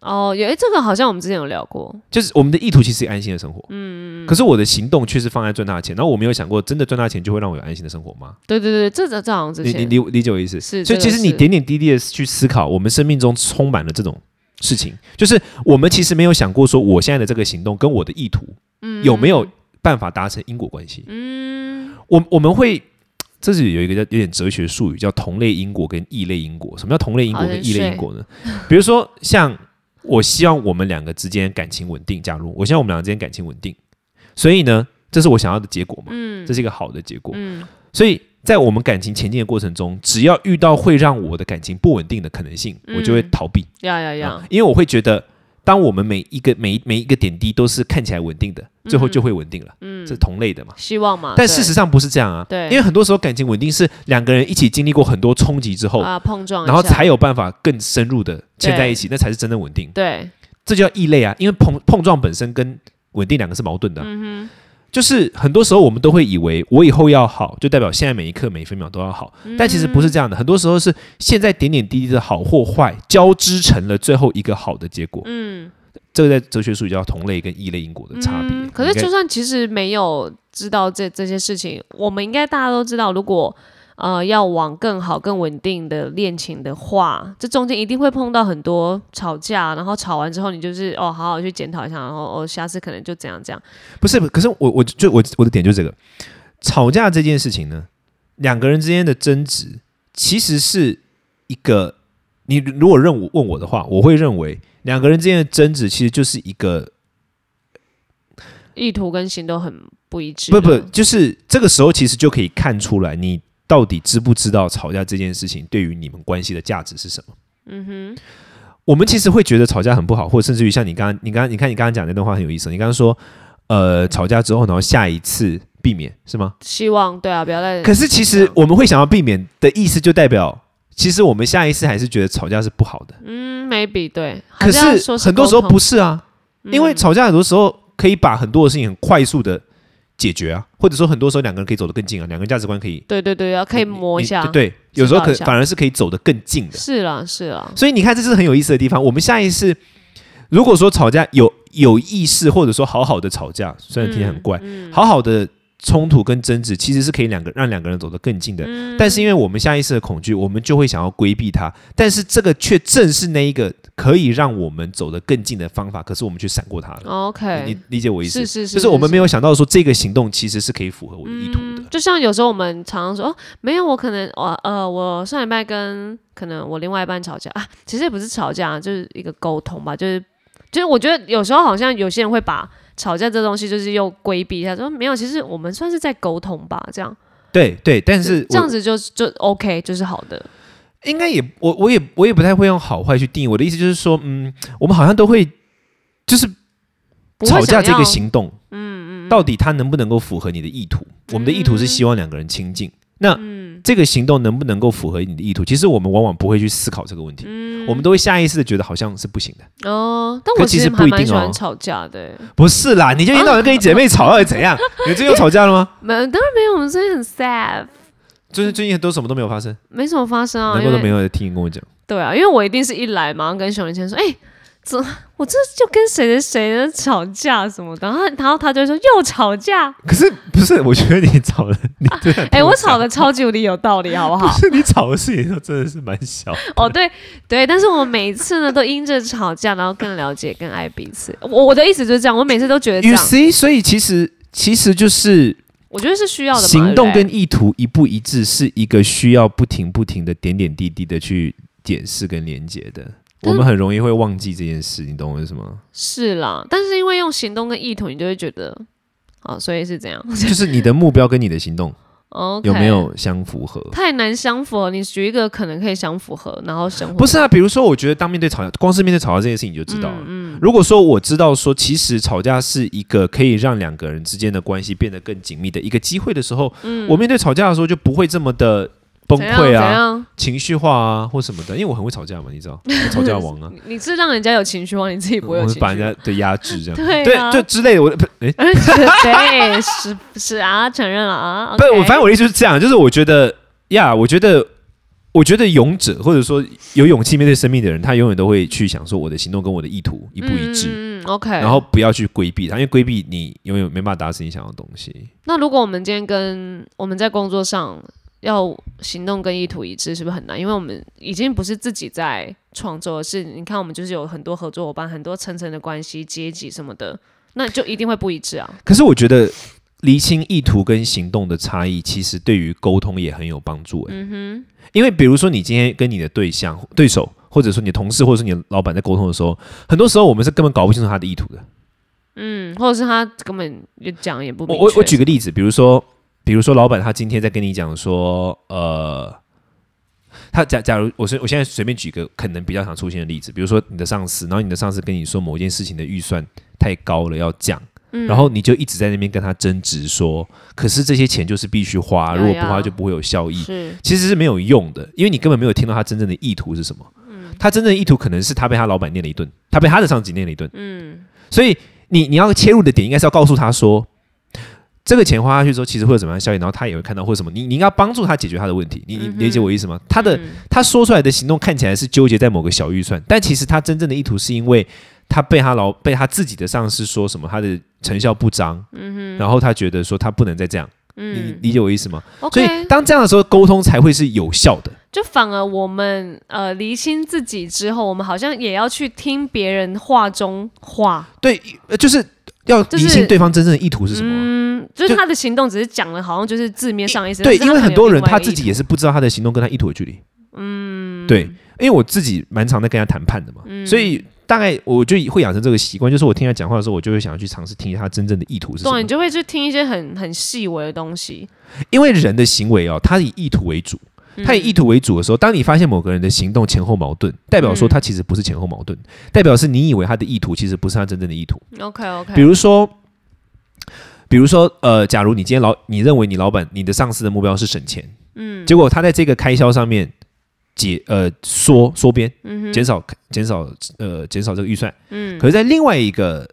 [SPEAKER 2] 哦，有哎，这个好像我们之前有聊过，
[SPEAKER 1] 就是我们的意图其实是安心的生活，嗯，可是我的行动却是放在赚大钱，然后我没有想过，真的赚大钱就会让我有安心的生活吗？
[SPEAKER 2] 对对对，这这这好像之
[SPEAKER 1] 你
[SPEAKER 2] 前
[SPEAKER 1] 你理理解我意思？
[SPEAKER 2] 是
[SPEAKER 1] 所以
[SPEAKER 2] 这
[SPEAKER 1] 其
[SPEAKER 2] 个
[SPEAKER 1] 实你
[SPEAKER 2] 是
[SPEAKER 1] 点点滴滴的去思考，我们生命中充满了这种事情，就是我们其实没有想过说我现在的这个行动跟我的意图，
[SPEAKER 2] 嗯
[SPEAKER 1] 有没有办法达成因果关系？嗯，我我们会。这是有一个叫有点哲学术语，叫同类因果跟异类因果。什么叫同类因果
[SPEAKER 2] 好人
[SPEAKER 1] 跟异类
[SPEAKER 2] 睡
[SPEAKER 1] 因果呢？比如说，像我希望我们两个之间感情稳定，假如我希望我们两个之间感情稳定，所以呢，这是我想要的结果嘛？嗯，这是一个好的结果。
[SPEAKER 2] 嗯
[SPEAKER 1] 所以在我们感情前进的过程中，只要遇到会让我的感情不稳定的可能性，
[SPEAKER 2] 嗯
[SPEAKER 1] 我就会逃避
[SPEAKER 2] 呀呀
[SPEAKER 1] 啊
[SPEAKER 2] 呀，
[SPEAKER 1] 因为我会觉得当我们每一个每一每一个点滴都是看起来稳定的，最后就会稳定了，嗯，这是同类的嘛。
[SPEAKER 2] 希望嘛。
[SPEAKER 1] 但
[SPEAKER 2] 对
[SPEAKER 1] 事实上不是这样啊，
[SPEAKER 2] 对
[SPEAKER 1] 因为很多时候感情稳定是两个人一起经历过很多冲击之后，
[SPEAKER 2] 啊碰撞一下，
[SPEAKER 1] 然后才有办法更深入的牵在一起，那才是真的稳定。
[SPEAKER 2] 对
[SPEAKER 1] 这就叫异类啊，因为碰碰撞本身跟稳定两个是矛盾的啊、
[SPEAKER 2] 嗯
[SPEAKER 1] 就是很多时候我们都会以为我以后要好，就代表现在每一刻每一分秒都要好，
[SPEAKER 2] 嗯
[SPEAKER 1] 但其实不是这样的。很多时候是现在点点滴滴的好或坏交织成了最后一个好的结果。嗯，这个在哲学术语叫同类跟异类因果的差别。
[SPEAKER 2] 嗯可是
[SPEAKER 1] 你看
[SPEAKER 2] 就算其实没有知道这这些事情，我们应该大家都知道，如果呃要往更好、更稳定的恋情的话，这中间一定会碰到很多吵架，然后吵完之后你就是哦好好去检讨一下，然后哦下次可能就怎样怎样。
[SPEAKER 1] 不是，可是我我就我我的点就是这个，吵架这件事情呢，两个人之间的争执其实是一个，你如果认我问我的话，我会认为两个人之间的争执其实就是一个
[SPEAKER 2] 意图跟行动很不一致
[SPEAKER 1] 不
[SPEAKER 2] 的，
[SPEAKER 1] 不，就是啊这个时候其实就可以看出来你到底知不知道吵架这件事情对于你们关系的价值是什么。嗯哼，我们其实会觉得吵架很不好，或者甚至于像你刚刚、你刚刚、你看你刚刚讲那段话很有意思，你刚刚说呃吵架之后，然后下一次避免是吗？
[SPEAKER 2] 希望对啊，不要再
[SPEAKER 1] 可是其实我们会想要避免的意思，就代表其实我们下意识还是觉得吵架是不好的。
[SPEAKER 2] 嗯 maybe 对，还
[SPEAKER 1] 可
[SPEAKER 2] 要说
[SPEAKER 1] 很多时候
[SPEAKER 2] 沟
[SPEAKER 1] 不
[SPEAKER 2] 通嗯
[SPEAKER 1] 是啊，因为吵架很多时候可以把很多的事情很快速的解决啊，或者说很多时候两个人可以走得更近啊，两个人价值观可以
[SPEAKER 2] 对对对，要可以磨一
[SPEAKER 1] 你
[SPEAKER 2] 下，
[SPEAKER 1] 对，对有时候
[SPEAKER 2] 知道
[SPEAKER 1] 可
[SPEAKER 2] 一下
[SPEAKER 1] 反而是可以走得更近的。
[SPEAKER 2] 是啦是啦，
[SPEAKER 1] 所以你看，这是很有意思的地方。我们下意识，如果说吵架有有意识，或者说好好的吵架，虽然听起来很怪，
[SPEAKER 2] 嗯
[SPEAKER 1] 好好的冲突跟争执，其实是可以两个让两个人走得更近的。
[SPEAKER 2] 嗯
[SPEAKER 1] 但是因为我们下意识的恐惧，我们就会想要规避它。但是这个却正是那一个可以让我们走得更近的方法，可是我们却闪过它了。你
[SPEAKER 2] 嗯 OK，
[SPEAKER 1] 你理解我意思？
[SPEAKER 2] 是是是，嗯
[SPEAKER 1] 就是我们没有想到说这个行动其实是可以符合我的意图的。
[SPEAKER 2] 就像有时候我们常常说，哦，没有，我可能我呃，我上礼拜跟可能我另外一半吵架啊，其实也不是吵架，就是一个沟通吧，就是就是我觉得有时候好像有些人会把吵架这东西就是又规避一下，说没有，其实我们算是在沟通吧，这样
[SPEAKER 1] 对对，但是
[SPEAKER 2] 这
[SPEAKER 1] 我
[SPEAKER 2] 样子就就 OK，就是好的，
[SPEAKER 1] 应该也我我也我也不太会用好坏去定义。我的意思就是说，嗯，我们好像都会就是
[SPEAKER 2] 不会
[SPEAKER 1] 吵架
[SPEAKER 2] 想
[SPEAKER 1] 这
[SPEAKER 2] 要
[SPEAKER 1] 个行动，嗯嗯，到底它能不能够符合你的意图？
[SPEAKER 2] 嗯
[SPEAKER 1] 我们的意图是希望两个人亲近，那这个行动能不能够符合你的意图？其实我们往往不会去思考这个问题，
[SPEAKER 2] 嗯
[SPEAKER 1] 我们都会下意识的觉得好像是不行的。
[SPEAKER 2] 哦，但
[SPEAKER 1] 可
[SPEAKER 2] 我
[SPEAKER 1] 其实
[SPEAKER 2] 实
[SPEAKER 1] 不
[SPEAKER 2] 还
[SPEAKER 1] 一
[SPEAKER 2] 蛮
[SPEAKER 1] 定
[SPEAKER 2] 喜欢
[SPEAKER 1] 哦
[SPEAKER 2] 吵架的、欸，
[SPEAKER 1] 不是啦，你就一天到晚跟你姐妹吵，到哎底怎 样？你最近又吵架了吗？
[SPEAKER 2] 没当然没有，我们最近很 sad，
[SPEAKER 1] 最近最近都什么都没有发生，
[SPEAKER 2] 没什么发生啊，
[SPEAKER 1] 难
[SPEAKER 2] 因
[SPEAKER 1] 怪
[SPEAKER 2] 为
[SPEAKER 1] 都没有人听你跟我讲。
[SPEAKER 2] 对啊，因为我一定是一来马上跟熊仁谦说，哎、怎我这就跟谁谁谁在吵架什么的，然后然后他就会说又 吵架，
[SPEAKER 1] 可是不是？我觉得你吵了，你对啊
[SPEAKER 2] 哎、我吵的超级无敌有道理，好 不好？
[SPEAKER 1] 是你吵的事情都真的是蛮小的。
[SPEAKER 2] 哦，对对，但是我每次呢都因着吵架，然后更了解、更爱彼此。我我的意思就是这样，我每次都觉得这
[SPEAKER 1] You
[SPEAKER 2] 样，
[SPEAKER 1] see，所以其实其实就是
[SPEAKER 2] 我觉得是需要的嘛。
[SPEAKER 1] 行动
[SPEAKER 2] 对不
[SPEAKER 1] 跟意图一不一致，是一个需要不停不停的点点滴滴的去解释跟连接的。我们很容易会忘记这件事，你懂我意思吗
[SPEAKER 2] 对？是啦，但是因为用行动跟意图，你就会觉得，哦，所以是这样。
[SPEAKER 1] 就是你的目标跟你的行动
[SPEAKER 2] OK，
[SPEAKER 1] 有没有相符合？
[SPEAKER 2] 太难相符合？你举一个可能可以相符合，然后生活
[SPEAKER 1] 不是啊，比如说，我觉得当面对吵架，光是面对吵架这件事情，你就知道了。
[SPEAKER 2] 嗯
[SPEAKER 1] 如果说我知道说，其实吵架是一个可以让两个人之间的关系变得更紧密的一个机会的时候，我面对吵架的时候就不会这么的崩
[SPEAKER 2] 嗯怎
[SPEAKER 1] 溃
[SPEAKER 2] 样
[SPEAKER 1] 啊
[SPEAKER 2] 怎，样
[SPEAKER 1] 情绪化啊或什么的，因为我很会吵架嘛，你知 道，我吵架王啊，
[SPEAKER 2] 你你是让人家有情绪吗？你自己不会
[SPEAKER 1] 我
[SPEAKER 2] 有
[SPEAKER 1] 会
[SPEAKER 2] 情绪？
[SPEAKER 1] 把人家对压制这样，
[SPEAKER 2] 对啊
[SPEAKER 1] 就之类的，我不诶，
[SPEAKER 2] 对，是是啊，承认了啊。
[SPEAKER 1] 不是
[SPEAKER 2] OK
[SPEAKER 1] 我，反正我的意思就是这样，就是我觉得呀，我觉得。我觉得勇者或者说有勇气面对生命的人，他永远都会去想说我的行动跟我的意图一不一致，
[SPEAKER 2] 嗯嗯嗯，OK。
[SPEAKER 1] 然后不要去规避它，因为规避你永远没办法达成你想要的东西。
[SPEAKER 2] 那如果我们今天跟我们在工作上要行动跟意图一致，是不是很难？因为我们已经不是自己在创作，而是你看我们就是有很多合作伙伴，很多层层的关系、阶级什么的，那就一定会不一致啊。
[SPEAKER 1] 可是我觉得厘清意图跟行动的差异，其实对于沟通也很有帮助、欸。嗯哼，因为比如说你今天跟你的对象、对手，或者说你的同事，或者说你的老板在沟通的时候，很多时候我们是根本搞不清楚他的意图的。
[SPEAKER 2] 嗯，或者是他根本也讲也不
[SPEAKER 1] 我
[SPEAKER 2] 明
[SPEAKER 1] 我
[SPEAKER 2] 确
[SPEAKER 1] 我举个例子，比如说，比如说老板他今天在跟你讲说，呃，他假假如我是我现在随便举一个可能比较常出现的例子，比如说你的上司，然后你的上司跟你说某一件事情的预算太高了要降，
[SPEAKER 2] 嗯
[SPEAKER 1] 然后你就一直在那边跟他争执说，可是这些钱就是必须花，
[SPEAKER 2] 呀
[SPEAKER 1] 如果不花就不会有效益，
[SPEAKER 2] 是
[SPEAKER 1] 其实是没有用的，因为你根本没有听到他真正的意图是什么。他真正的意图可能是他被他老板念了一顿，他被他的上级念了一顿。嗯，所以你你要切入的点应该是要告诉他说，这个钱花下去之后，其实会有怎么样的效益，然后他也会看到或者什么。你你应该帮助他解决他的问题，你你理解我意思吗？他的、他说出来的行动看起来是纠结在某个小预算，但其实他真正的意图是因为他被他老被他自己的上司说什么，他的成效不彰，嗯、然后他觉得说他不能再这样。你理解我意思吗？所以
[SPEAKER 2] ，OK，
[SPEAKER 1] 当这样的时候，沟通才会是有效的。
[SPEAKER 2] 就反而我们呃厘清自己之后，我们好像也要去听别人话中话，
[SPEAKER 1] 对，呃就是要
[SPEAKER 2] 就是
[SPEAKER 1] 理清对方真正的意图是什么。
[SPEAKER 2] 嗯，就是
[SPEAKER 1] 就
[SPEAKER 2] 他的行动只是讲了，好像就是字面上意思。
[SPEAKER 1] 对，
[SPEAKER 2] 但是
[SPEAKER 1] 因为
[SPEAKER 2] 可能
[SPEAKER 1] 很多
[SPEAKER 2] 有
[SPEAKER 1] 人
[SPEAKER 2] 另外
[SPEAKER 1] 他
[SPEAKER 2] 的意
[SPEAKER 1] 自己
[SPEAKER 2] 图
[SPEAKER 1] 也是不知道他的行动跟他意图的距离。嗯，对，因为我自己蛮常在跟他谈判的嘛，
[SPEAKER 2] 嗯
[SPEAKER 1] 所以大概我就会养成这个习惯，就是我听他讲话的时候，我就会想要去尝试听一下他真正的意图是什
[SPEAKER 2] 对啊，
[SPEAKER 1] 么
[SPEAKER 2] 你。就会去听一些很很细微的东西。
[SPEAKER 1] 因为人的行为哦，他以意图为主。
[SPEAKER 2] 嗯
[SPEAKER 1] 他以意图为主的时候，当你发现某个人的行动前后矛盾，代表
[SPEAKER 2] 嗯
[SPEAKER 1] 说他其实不是前后矛盾，代表是你以为他的意图其实不是他真正的意图。
[SPEAKER 2] OK OK，
[SPEAKER 1] 比如说，比如说，呃，假如你今天老，你认为你老板、你的上司的目标是省钱，嗯，结果他在这个开销上面解呃缩缩编，减少减少呃减少这个预算，嗯，可是在另外一个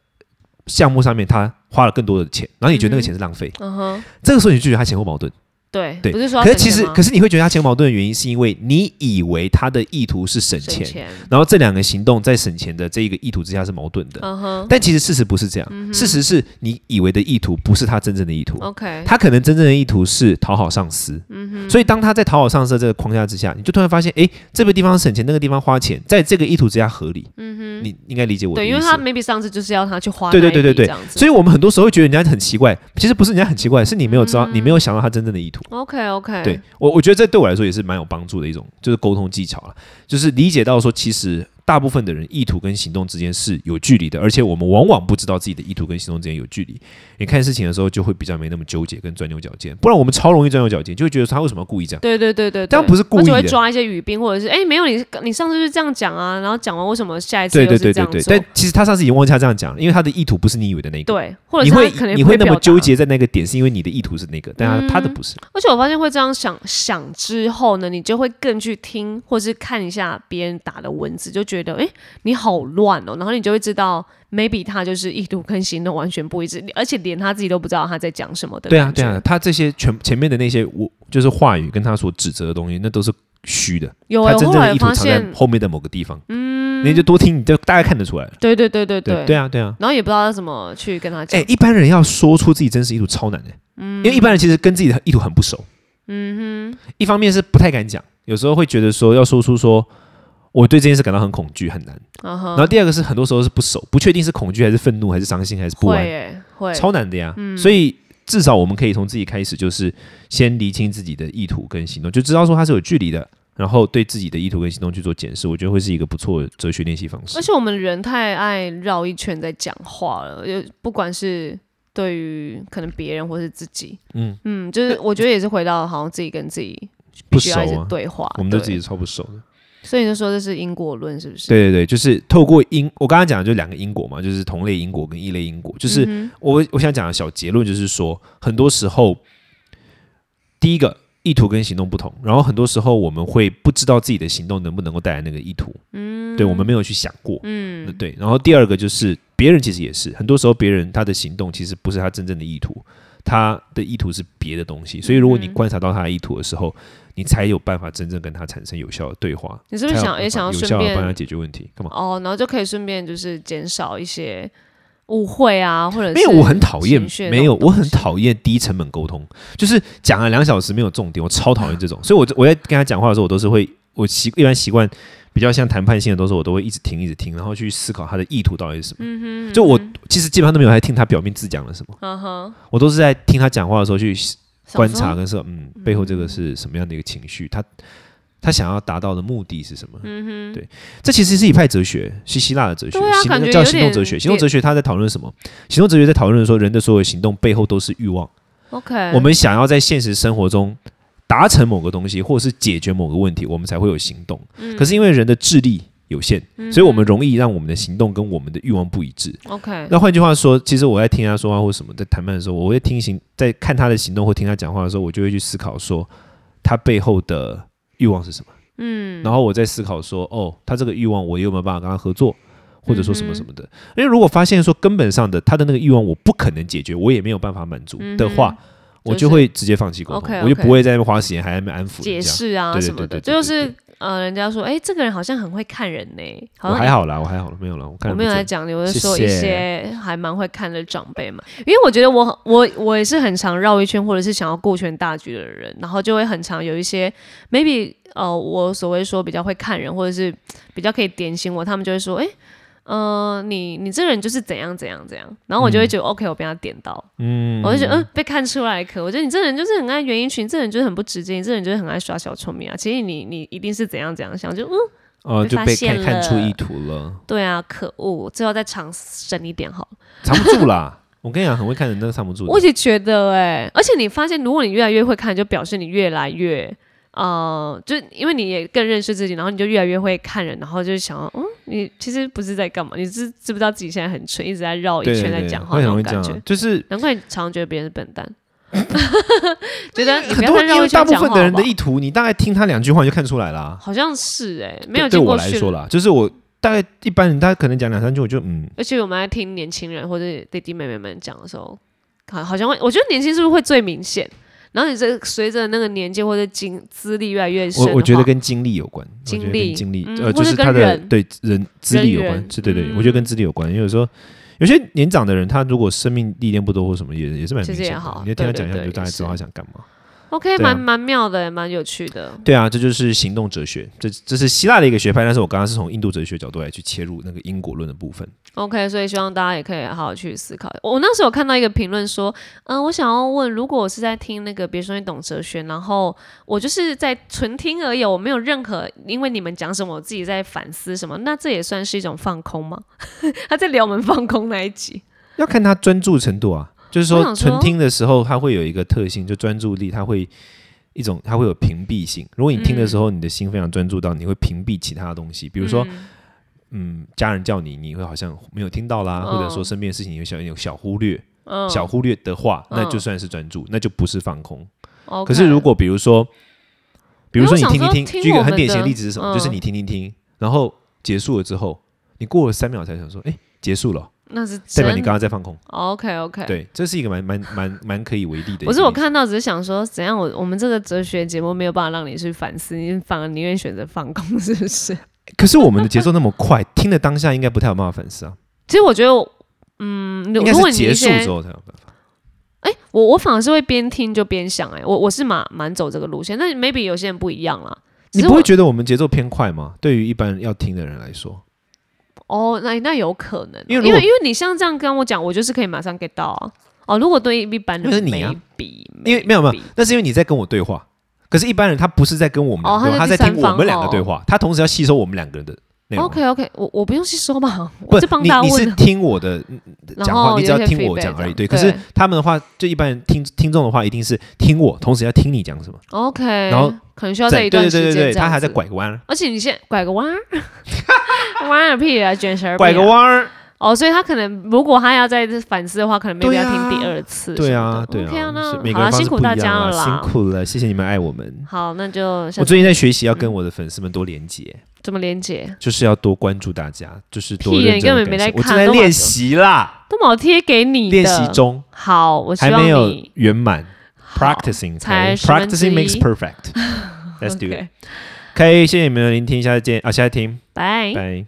[SPEAKER 1] 项目上面他花了更多的钱，然后你觉得那个钱是浪费，
[SPEAKER 2] 嗯哼，
[SPEAKER 1] 这个时候你就觉得他前后矛盾，
[SPEAKER 2] 对，
[SPEAKER 1] 对
[SPEAKER 2] 不是说要
[SPEAKER 1] 可是
[SPEAKER 2] 省
[SPEAKER 1] 其
[SPEAKER 2] 钱
[SPEAKER 1] 实
[SPEAKER 2] 吗
[SPEAKER 1] 可是你会觉得他前后矛盾的原因是因为你以为他的意图是省
[SPEAKER 2] 省
[SPEAKER 1] 钱，
[SPEAKER 2] 钱，
[SPEAKER 1] 然后这两个行动在省钱的这一个意图之下是矛盾的，
[SPEAKER 2] 嗯哼
[SPEAKER 1] 但其实事实不是这样，事实是你以为的意图不是他真正的意图，
[SPEAKER 2] ，OK，嗯
[SPEAKER 1] 他可能真正的意图是讨好上司。所以当他在讨好上司的这个框架之下，你就突然发现，诶，这个地方省钱，那个地方花钱，在这个意图之下合理。你应该理解我的
[SPEAKER 2] 嗯对，
[SPEAKER 1] 意
[SPEAKER 2] 因
[SPEAKER 1] 思。
[SPEAKER 2] 为他 maybe 上次就是要他去花那
[SPEAKER 1] 对
[SPEAKER 2] 一笔
[SPEAKER 1] 对
[SPEAKER 2] 这样子，
[SPEAKER 1] 对对对所以我们很多时候会觉得人家很奇怪，其实不是人家很奇怪，是你没有知道，
[SPEAKER 2] 嗯
[SPEAKER 1] 你没有想到他真正的意图。
[SPEAKER 2] OK OK，
[SPEAKER 1] 对我，我觉得这对我来说也是蛮有帮助的一种，就是沟通技巧了，就是理解到说，其实大部分的人意图跟行动之间是有距离的，而且我们往往不知道自己的意图跟行动之间有距离。你看事情的时候就会比较没那么纠结跟钻牛角尖，不然我们超容易钻牛角尖，就会觉得说他为什么要故意这样？
[SPEAKER 2] 对对对对，
[SPEAKER 1] 当然不是故意
[SPEAKER 2] 而且
[SPEAKER 1] 的
[SPEAKER 2] 会抓一些语病，或者是哎、没有你你上次就是这样讲啊，然后讲完为什么下一次
[SPEAKER 1] 对
[SPEAKER 2] 又
[SPEAKER 1] 对
[SPEAKER 2] 是
[SPEAKER 1] 对
[SPEAKER 2] 这
[SPEAKER 1] 对
[SPEAKER 2] 样
[SPEAKER 1] 对
[SPEAKER 2] 做，，
[SPEAKER 1] 但其实他上次已经忘记他这样讲了，因为他的意图不是你以为的那个。
[SPEAKER 2] 对或者
[SPEAKER 1] 你
[SPEAKER 2] 是他
[SPEAKER 1] 会
[SPEAKER 2] 可能也
[SPEAKER 1] 你
[SPEAKER 2] 不
[SPEAKER 1] 那么
[SPEAKER 2] 表达嗯
[SPEAKER 1] 纠，结在那个点，是因为你的意图是那个，但他他的不是。
[SPEAKER 2] 而且我发现会这样想想之后呢，你就会更去听或是看一下别人打的文字，就觉得哎、你好乱哦，然后你就会知道 maybe 他就是意图跟行动完全不一致，而且连他自己都不知道他在讲什么的，
[SPEAKER 1] 对啊，对啊，，他这些全前面的那些我就是话语跟他所指责的东西，那都是虚的。
[SPEAKER 2] 有、欸、
[SPEAKER 1] 他
[SPEAKER 2] 我
[SPEAKER 1] 真
[SPEAKER 2] 后
[SPEAKER 1] 正
[SPEAKER 2] 来
[SPEAKER 1] 的意图
[SPEAKER 2] 发
[SPEAKER 1] 藏在
[SPEAKER 2] 现，
[SPEAKER 1] 后面的某个地方。嗯，你就多听，你就大概看得出来了。
[SPEAKER 2] 对对对对
[SPEAKER 1] 对对啊，对啊。
[SPEAKER 2] 然后也不知道要怎么去跟他
[SPEAKER 1] 哎、
[SPEAKER 2] 讲，
[SPEAKER 1] 一般人要说出自己真实意图超难的、
[SPEAKER 2] 嗯
[SPEAKER 1] 因为一般人其实跟自己的意图很不熟。嗯哼，一方面是不太敢讲，有时候会觉得说要说出说我对这件事感到很恐惧很难。
[SPEAKER 2] 嗯
[SPEAKER 1] 然后
[SPEAKER 2] 哼，
[SPEAKER 1] 第二个是很多时候是不熟，不确定是恐惧还是愤怒还是伤心还是不
[SPEAKER 2] 会
[SPEAKER 1] 安，
[SPEAKER 2] 哎会，
[SPEAKER 1] 超难的呀。
[SPEAKER 2] 嗯
[SPEAKER 1] 所以至少我们可以从自己开始，就是先厘清自己的意图跟行动，就知道说它是有距离的，然后对自己的意图跟行动去做检视，我觉得会是一个不错的哲学练习方式
[SPEAKER 2] 而。且我们人太爱绕一圈在讲话了，就不管是对于可能别人或是自己，
[SPEAKER 1] 嗯
[SPEAKER 2] 嗯，就是我觉得也是回到好像自己跟自己必
[SPEAKER 1] 不
[SPEAKER 2] 须
[SPEAKER 1] 熟
[SPEAKER 2] 要一直
[SPEAKER 1] 啊，
[SPEAKER 2] 对话，
[SPEAKER 1] 我们对
[SPEAKER 2] 对
[SPEAKER 1] 自己，超不熟的。
[SPEAKER 2] 所以你就说这是因果论是不是？
[SPEAKER 1] 对对对，就是透过因，我刚刚讲的就两个因果嘛，就是同类因果跟异类因果。就是
[SPEAKER 2] 嗯
[SPEAKER 1] 我我想讲的小结论就是说，很多时候，第一个意图跟行动不同，然后很多时候我们会不知道自己的行动能不能够带来那个意图，嗯，对我们没有去想过，嗯，对。然后第二个就是别人其实也是，很多时候别人他的行动其实不是他真正的意图，他的意图是别的东西。所以如果
[SPEAKER 2] 嗯
[SPEAKER 1] 你观察到他的意图的时候，你才有办法真正跟他产生有效的对话。
[SPEAKER 2] 你是不是
[SPEAKER 1] 才有
[SPEAKER 2] 想
[SPEAKER 1] 办
[SPEAKER 2] 也
[SPEAKER 1] 法
[SPEAKER 2] 想要
[SPEAKER 1] 有
[SPEAKER 2] 顺
[SPEAKER 1] 效地
[SPEAKER 2] 便
[SPEAKER 1] 帮他解决问题？干嘛？
[SPEAKER 2] 哦，然后就可以顺便就是减少一些误会啊，或者是
[SPEAKER 1] 没有，我很讨厌
[SPEAKER 2] 情绪，的
[SPEAKER 1] 没有，
[SPEAKER 2] 那种
[SPEAKER 1] 我很
[SPEAKER 2] 东西
[SPEAKER 1] 讨厌低成本沟通，就是讲了两小时没有重点，我超讨厌这种。所以我我在跟他讲话的时候，我都是会，我习一般习惯比较像谈判性的，都是我都会一直听，一直听，然后去思考他的意图到底是什么。就我其实基本上都没有在听他表面自讲了什么，
[SPEAKER 2] 嗯哼，
[SPEAKER 1] 我都是在听他讲话的时候去
[SPEAKER 2] 想
[SPEAKER 1] 观
[SPEAKER 2] 说
[SPEAKER 1] 察跟说，嗯，背后这个是什么样的一个情绪，他他想要达到的目的是什么？嗯哼，对，这其实是一派哲学，是希腊的哲学，
[SPEAKER 2] 对啊
[SPEAKER 1] 行
[SPEAKER 2] 感觉
[SPEAKER 1] 叫
[SPEAKER 2] 有
[SPEAKER 1] 行动哲
[SPEAKER 2] 点
[SPEAKER 1] 学。行动哲学他在讨论什么？行动哲学在讨论说，人的所有行动背后都是欲望，
[SPEAKER 2] OK，
[SPEAKER 1] 我们想要在现实生活中达成某个东西，或者是解决某个问题，我们才会有行动。
[SPEAKER 2] 嗯
[SPEAKER 1] 可是因为人的智力有限，所以我们容易让我们的行动跟我们的欲望不一致。
[SPEAKER 2] OK，
[SPEAKER 1] 那换句话说，其实我在听他说话或什么，在谈判的时候，我会听行，在看他的行动或听他讲话的时候，我就会去思考说他背后的欲望是什么。嗯，然后我在思考说，哦，他这个欲望，我有没有办法跟他合作，或者说什么什么
[SPEAKER 2] 嗯
[SPEAKER 1] 的。因为如果发现说根本上的他的那个欲望我不可能解决，我也没有办法满足的话，我
[SPEAKER 2] 嗯就是
[SPEAKER 1] 就会直接放弃沟通，
[SPEAKER 2] OK，OK
[SPEAKER 1] 我就不会在那边花时间还在那边安抚
[SPEAKER 2] 解
[SPEAKER 1] 人家。
[SPEAKER 2] 释啊
[SPEAKER 1] 对对
[SPEAKER 2] 什么的，
[SPEAKER 1] 对对
[SPEAKER 2] 这
[SPEAKER 1] 对
[SPEAKER 2] 就是
[SPEAKER 1] 对
[SPEAKER 2] 呃，人家说，哎，这个人好像很会看人呢，好
[SPEAKER 1] 我
[SPEAKER 2] 像
[SPEAKER 1] 还好啦，我还好了，没有啦，我看
[SPEAKER 2] 我
[SPEAKER 1] 得
[SPEAKER 2] 没有
[SPEAKER 1] 不
[SPEAKER 2] 在
[SPEAKER 1] 准
[SPEAKER 2] 讲你，我是
[SPEAKER 1] 谢
[SPEAKER 2] 说一
[SPEAKER 1] 谢
[SPEAKER 2] 些还蛮会看的长辈嘛，因为我觉得我很我我也是很常绕一圈，或者是想要顾全大局的人，然后就会很常有一些 maybe 呃，我所谓说比较会看人，或者是比较可以点醒我，他们就会说，哎、呃，你你这个人就是怎样怎样怎样，然后我就会觉
[SPEAKER 1] 嗯
[SPEAKER 2] 得、OK，我被他点到，嗯，我就觉得嗯、被看出来可，我觉得你这个人就是很爱原因群，这个人就是很不直接，你这个人就是很爱耍小聪明啊，其实你你一定是怎样怎样想，就嗯。
[SPEAKER 1] 哦、
[SPEAKER 2] 被
[SPEAKER 1] 就
[SPEAKER 2] 发
[SPEAKER 1] 被
[SPEAKER 2] 现
[SPEAKER 1] 看看出
[SPEAKER 2] 了
[SPEAKER 1] 意图了，
[SPEAKER 2] 对啊，可恶！最后再藏深一点好了。
[SPEAKER 1] 藏不住啦。我跟你讲，很会看人，那个藏不住的。
[SPEAKER 2] 我也觉得哎、而且你发现，如果你越来越会看，就表示你越来越。呃，就因为你也更认识自己，然后你就越来越会看人，然后就想要，嗯，你其实不是在干嘛，你是知不知道自己现在很蠢，一直在绕一
[SPEAKER 1] 对
[SPEAKER 2] 圈
[SPEAKER 1] 对
[SPEAKER 2] 在
[SPEAKER 1] 对，
[SPEAKER 2] 讲话
[SPEAKER 1] 会
[SPEAKER 2] 那
[SPEAKER 1] 很容易
[SPEAKER 2] 种
[SPEAKER 1] 这样
[SPEAKER 2] 感觉
[SPEAKER 1] 啊，。就是
[SPEAKER 2] 难怪你常常觉得别人是笨 蛋，觉得你不
[SPEAKER 1] 很
[SPEAKER 2] 要
[SPEAKER 1] 多
[SPEAKER 2] 再
[SPEAKER 1] 因
[SPEAKER 2] 绕一
[SPEAKER 1] 为
[SPEAKER 2] 圈
[SPEAKER 1] 大部
[SPEAKER 2] 讲话
[SPEAKER 1] 分的人
[SPEAKER 2] 好
[SPEAKER 1] 的
[SPEAKER 2] 不好
[SPEAKER 1] 意图，你大概听他两句话你就看出来啦。
[SPEAKER 2] 好像是哎、没有
[SPEAKER 1] 对对
[SPEAKER 2] 经
[SPEAKER 1] 我
[SPEAKER 2] 过
[SPEAKER 1] 来
[SPEAKER 2] 训
[SPEAKER 1] 说啦，就是我大概一般人，他可能讲两三句，我就嗯，
[SPEAKER 2] 而且我们在听年轻人或者弟弟妹妹们讲的时候，好好像会，我觉得年轻是不是会最明显？然后你这随着那个年纪或者经资历越来越深的
[SPEAKER 1] 我
[SPEAKER 2] 话，
[SPEAKER 1] 我觉得跟经历有关，我
[SPEAKER 2] 啊经
[SPEAKER 1] 觉得
[SPEAKER 2] 历
[SPEAKER 1] 跟经历
[SPEAKER 2] 嗯，
[SPEAKER 1] 呃，
[SPEAKER 2] 或
[SPEAKER 1] 就是是
[SPEAKER 2] 跟
[SPEAKER 1] 他的
[SPEAKER 2] 人
[SPEAKER 1] 对人资历有
[SPEAKER 2] 人嗯
[SPEAKER 1] 关
[SPEAKER 2] 缘，
[SPEAKER 1] 是对对，我觉得跟资历有关，因为有时候。有些年长的人，他如果生命历练不多或什么，也也是蛮
[SPEAKER 2] 其
[SPEAKER 1] 明
[SPEAKER 2] 实也
[SPEAKER 1] 显的
[SPEAKER 2] 好。
[SPEAKER 1] 你就听他
[SPEAKER 2] 对
[SPEAKER 1] 讲一下，
[SPEAKER 2] 对
[SPEAKER 1] 你就
[SPEAKER 2] 对
[SPEAKER 1] 大概
[SPEAKER 2] 也
[SPEAKER 1] 知道他
[SPEAKER 2] 是
[SPEAKER 1] 想干嘛。
[SPEAKER 2] OK，
[SPEAKER 1] 对啊
[SPEAKER 2] 蛮蛮妙的，蛮有趣的。
[SPEAKER 1] 对啊，这就是行动哲学，这这是希腊的一个学派。但是我刚刚是从印度哲学角度来去切入那个因果论的部分。
[SPEAKER 2] OK，所以希望大家也可以好好去思考。我那时候有看到一个评论说，嗯、我想要问，如果我是在听那个《别说你懂哲学》，然后我就是在纯听而已，我没有任何因为你们讲什么，我自己在反思什么，那这也算是一种放空吗？ 他在聊我们放空那一集。
[SPEAKER 1] 要看他专注程度啊，就是
[SPEAKER 2] 我
[SPEAKER 1] 说
[SPEAKER 2] 想说
[SPEAKER 1] 纯听的时候，它会有一个特性，就专注力，它会一种，它会有屏蔽性。如果你听的时
[SPEAKER 2] 嗯
[SPEAKER 1] 候，你的心非常专注到，你会屏蔽其他的东西，比
[SPEAKER 2] 比
[SPEAKER 1] 如说，嗯，家人叫你，你会好像没有听到啦，
[SPEAKER 2] 嗯
[SPEAKER 1] 或者说身边的事情有小有小忽略，
[SPEAKER 2] 嗯
[SPEAKER 1] 小忽略的话，
[SPEAKER 2] 嗯
[SPEAKER 1] 那就算是专注，那就不是放空。
[SPEAKER 2] o
[SPEAKER 1] 可是如果比如说，比如说你
[SPEAKER 2] 因为
[SPEAKER 1] 听听
[SPEAKER 2] 我想说
[SPEAKER 1] 听，
[SPEAKER 2] 听
[SPEAKER 1] 举一
[SPEAKER 2] 我
[SPEAKER 1] 个
[SPEAKER 2] 们
[SPEAKER 1] 很典型的
[SPEAKER 2] 的
[SPEAKER 1] 例子是什么？
[SPEAKER 2] 嗯
[SPEAKER 1] 就是你听听听，然后结束了之后，你过了三秒才想说，哎，结束了哦，
[SPEAKER 2] 那是
[SPEAKER 1] 代
[SPEAKER 2] 真
[SPEAKER 1] 表你刚刚在放空。
[SPEAKER 2] OK OK。
[SPEAKER 1] 对，这是一个蛮蛮蛮蛮可以为例的一个例子。
[SPEAKER 2] 哎不是我看到，只是想说，怎样我我们这个哲学节目没有办法让你去反思，你反而宁愿选择放空， 是不是？
[SPEAKER 1] 可是我们的节奏那么快，听的当下应该不太有办法反 思啊，
[SPEAKER 2] 其实我觉得我，嗯，如
[SPEAKER 1] 应该
[SPEAKER 2] 如果
[SPEAKER 1] 是
[SPEAKER 2] 你
[SPEAKER 1] 结
[SPEAKER 2] 一
[SPEAKER 1] 束
[SPEAKER 2] 些
[SPEAKER 1] 之，后才有办法。
[SPEAKER 2] 哎、我我反而是会边听就边想、哎，我我是蛮蛮走这个路线，但 maybe 有些人不一样啦。只
[SPEAKER 1] 你
[SPEAKER 2] 是
[SPEAKER 1] 不
[SPEAKER 2] 我
[SPEAKER 1] 会觉得我们节奏偏快吗？对于一般要听的人来说，
[SPEAKER 2] 哦，那那有可能哦、
[SPEAKER 1] 因为如
[SPEAKER 2] 因为
[SPEAKER 1] 果
[SPEAKER 2] 因为你像这样跟我讲，我就是可以马上 get 到啊。哦，如果对一般人
[SPEAKER 1] 那是你啊
[SPEAKER 2] maybe，
[SPEAKER 1] 因为没有没有
[SPEAKER 2] maybe，
[SPEAKER 1] 那是因为你在跟我对话。可是，一般人他不是在跟我们
[SPEAKER 2] 哦
[SPEAKER 1] 两个对话，
[SPEAKER 2] 他
[SPEAKER 1] 他
[SPEAKER 2] 在
[SPEAKER 1] 在
[SPEAKER 2] 第
[SPEAKER 1] 听
[SPEAKER 2] 三方
[SPEAKER 1] 我们两个对话，他同时要吸收我们两个人的内容。
[SPEAKER 2] 哦 OK OK，我我不用去说吧，
[SPEAKER 1] 不
[SPEAKER 2] 我就，帮
[SPEAKER 1] 你
[SPEAKER 2] 大家
[SPEAKER 1] 你是
[SPEAKER 2] 问啊。
[SPEAKER 1] 听我的嗯
[SPEAKER 2] 然
[SPEAKER 1] 讲
[SPEAKER 2] 后
[SPEAKER 1] 话，你只要
[SPEAKER 2] 有一些
[SPEAKER 1] 听我
[SPEAKER 2] feedback
[SPEAKER 1] 讲而已。
[SPEAKER 2] 这
[SPEAKER 1] 对，
[SPEAKER 2] 样
[SPEAKER 1] 可是
[SPEAKER 2] 对
[SPEAKER 1] 他们的话，就一般人听听众的话，一定是听我，同时要听你讲什么。
[SPEAKER 2] OK，
[SPEAKER 1] 然后
[SPEAKER 2] 可能需要在
[SPEAKER 1] 在
[SPEAKER 2] 一
[SPEAKER 1] 对
[SPEAKER 2] 段
[SPEAKER 1] 对
[SPEAKER 2] 时间
[SPEAKER 1] 对对对，
[SPEAKER 2] 这样
[SPEAKER 1] 他还在
[SPEAKER 2] 子
[SPEAKER 1] 拐个弯，
[SPEAKER 2] 而且你现在拐个弯儿， 弯个屁啊，卷舌儿屁啊
[SPEAKER 1] 拐个弯儿。
[SPEAKER 2] 哦，所以他可能如果他要再反思的话，可能没必
[SPEAKER 1] 对
[SPEAKER 2] 要
[SPEAKER 1] 啊
[SPEAKER 2] 听第二次什么
[SPEAKER 1] 对
[SPEAKER 2] 的。
[SPEAKER 1] 啊，对
[SPEAKER 2] OK
[SPEAKER 1] 啊，
[SPEAKER 2] 啊，
[SPEAKER 1] 是
[SPEAKER 2] 那
[SPEAKER 1] 每
[SPEAKER 2] 好
[SPEAKER 1] 个人方
[SPEAKER 2] 了，辛
[SPEAKER 1] 式
[SPEAKER 2] 苦
[SPEAKER 1] 不一
[SPEAKER 2] 大
[SPEAKER 1] 样
[SPEAKER 2] 家
[SPEAKER 1] 啦
[SPEAKER 2] 了啦，
[SPEAKER 1] 辛苦了，谢谢你们爱我们。
[SPEAKER 2] 好，那就下
[SPEAKER 1] 我
[SPEAKER 2] 次
[SPEAKER 1] 最近在学习要跟我的粉丝们多连接，
[SPEAKER 2] 怎么连接？
[SPEAKER 1] 就是要多关注大家，就是多
[SPEAKER 2] 屁耶
[SPEAKER 1] 认真
[SPEAKER 2] 你
[SPEAKER 1] 地
[SPEAKER 2] 根本没
[SPEAKER 1] 感
[SPEAKER 2] 在
[SPEAKER 1] 受我
[SPEAKER 2] 看
[SPEAKER 1] 正在
[SPEAKER 2] 都
[SPEAKER 1] 练
[SPEAKER 2] 晚
[SPEAKER 1] 习啦，
[SPEAKER 2] 都冇贴给你的
[SPEAKER 1] 练习。中
[SPEAKER 2] 好，我希
[SPEAKER 1] 还
[SPEAKER 2] 望
[SPEAKER 1] 没有
[SPEAKER 2] 你
[SPEAKER 1] 圆满
[SPEAKER 2] 好
[SPEAKER 1] ，practicing
[SPEAKER 2] 才十分之
[SPEAKER 1] practicing makes
[SPEAKER 2] 一
[SPEAKER 1] perfect。Let's do it。
[SPEAKER 2] OK，
[SPEAKER 1] OK，谢谢你们的聆听，下次见啊，下次听，
[SPEAKER 2] 拜。
[SPEAKER 1] 拜。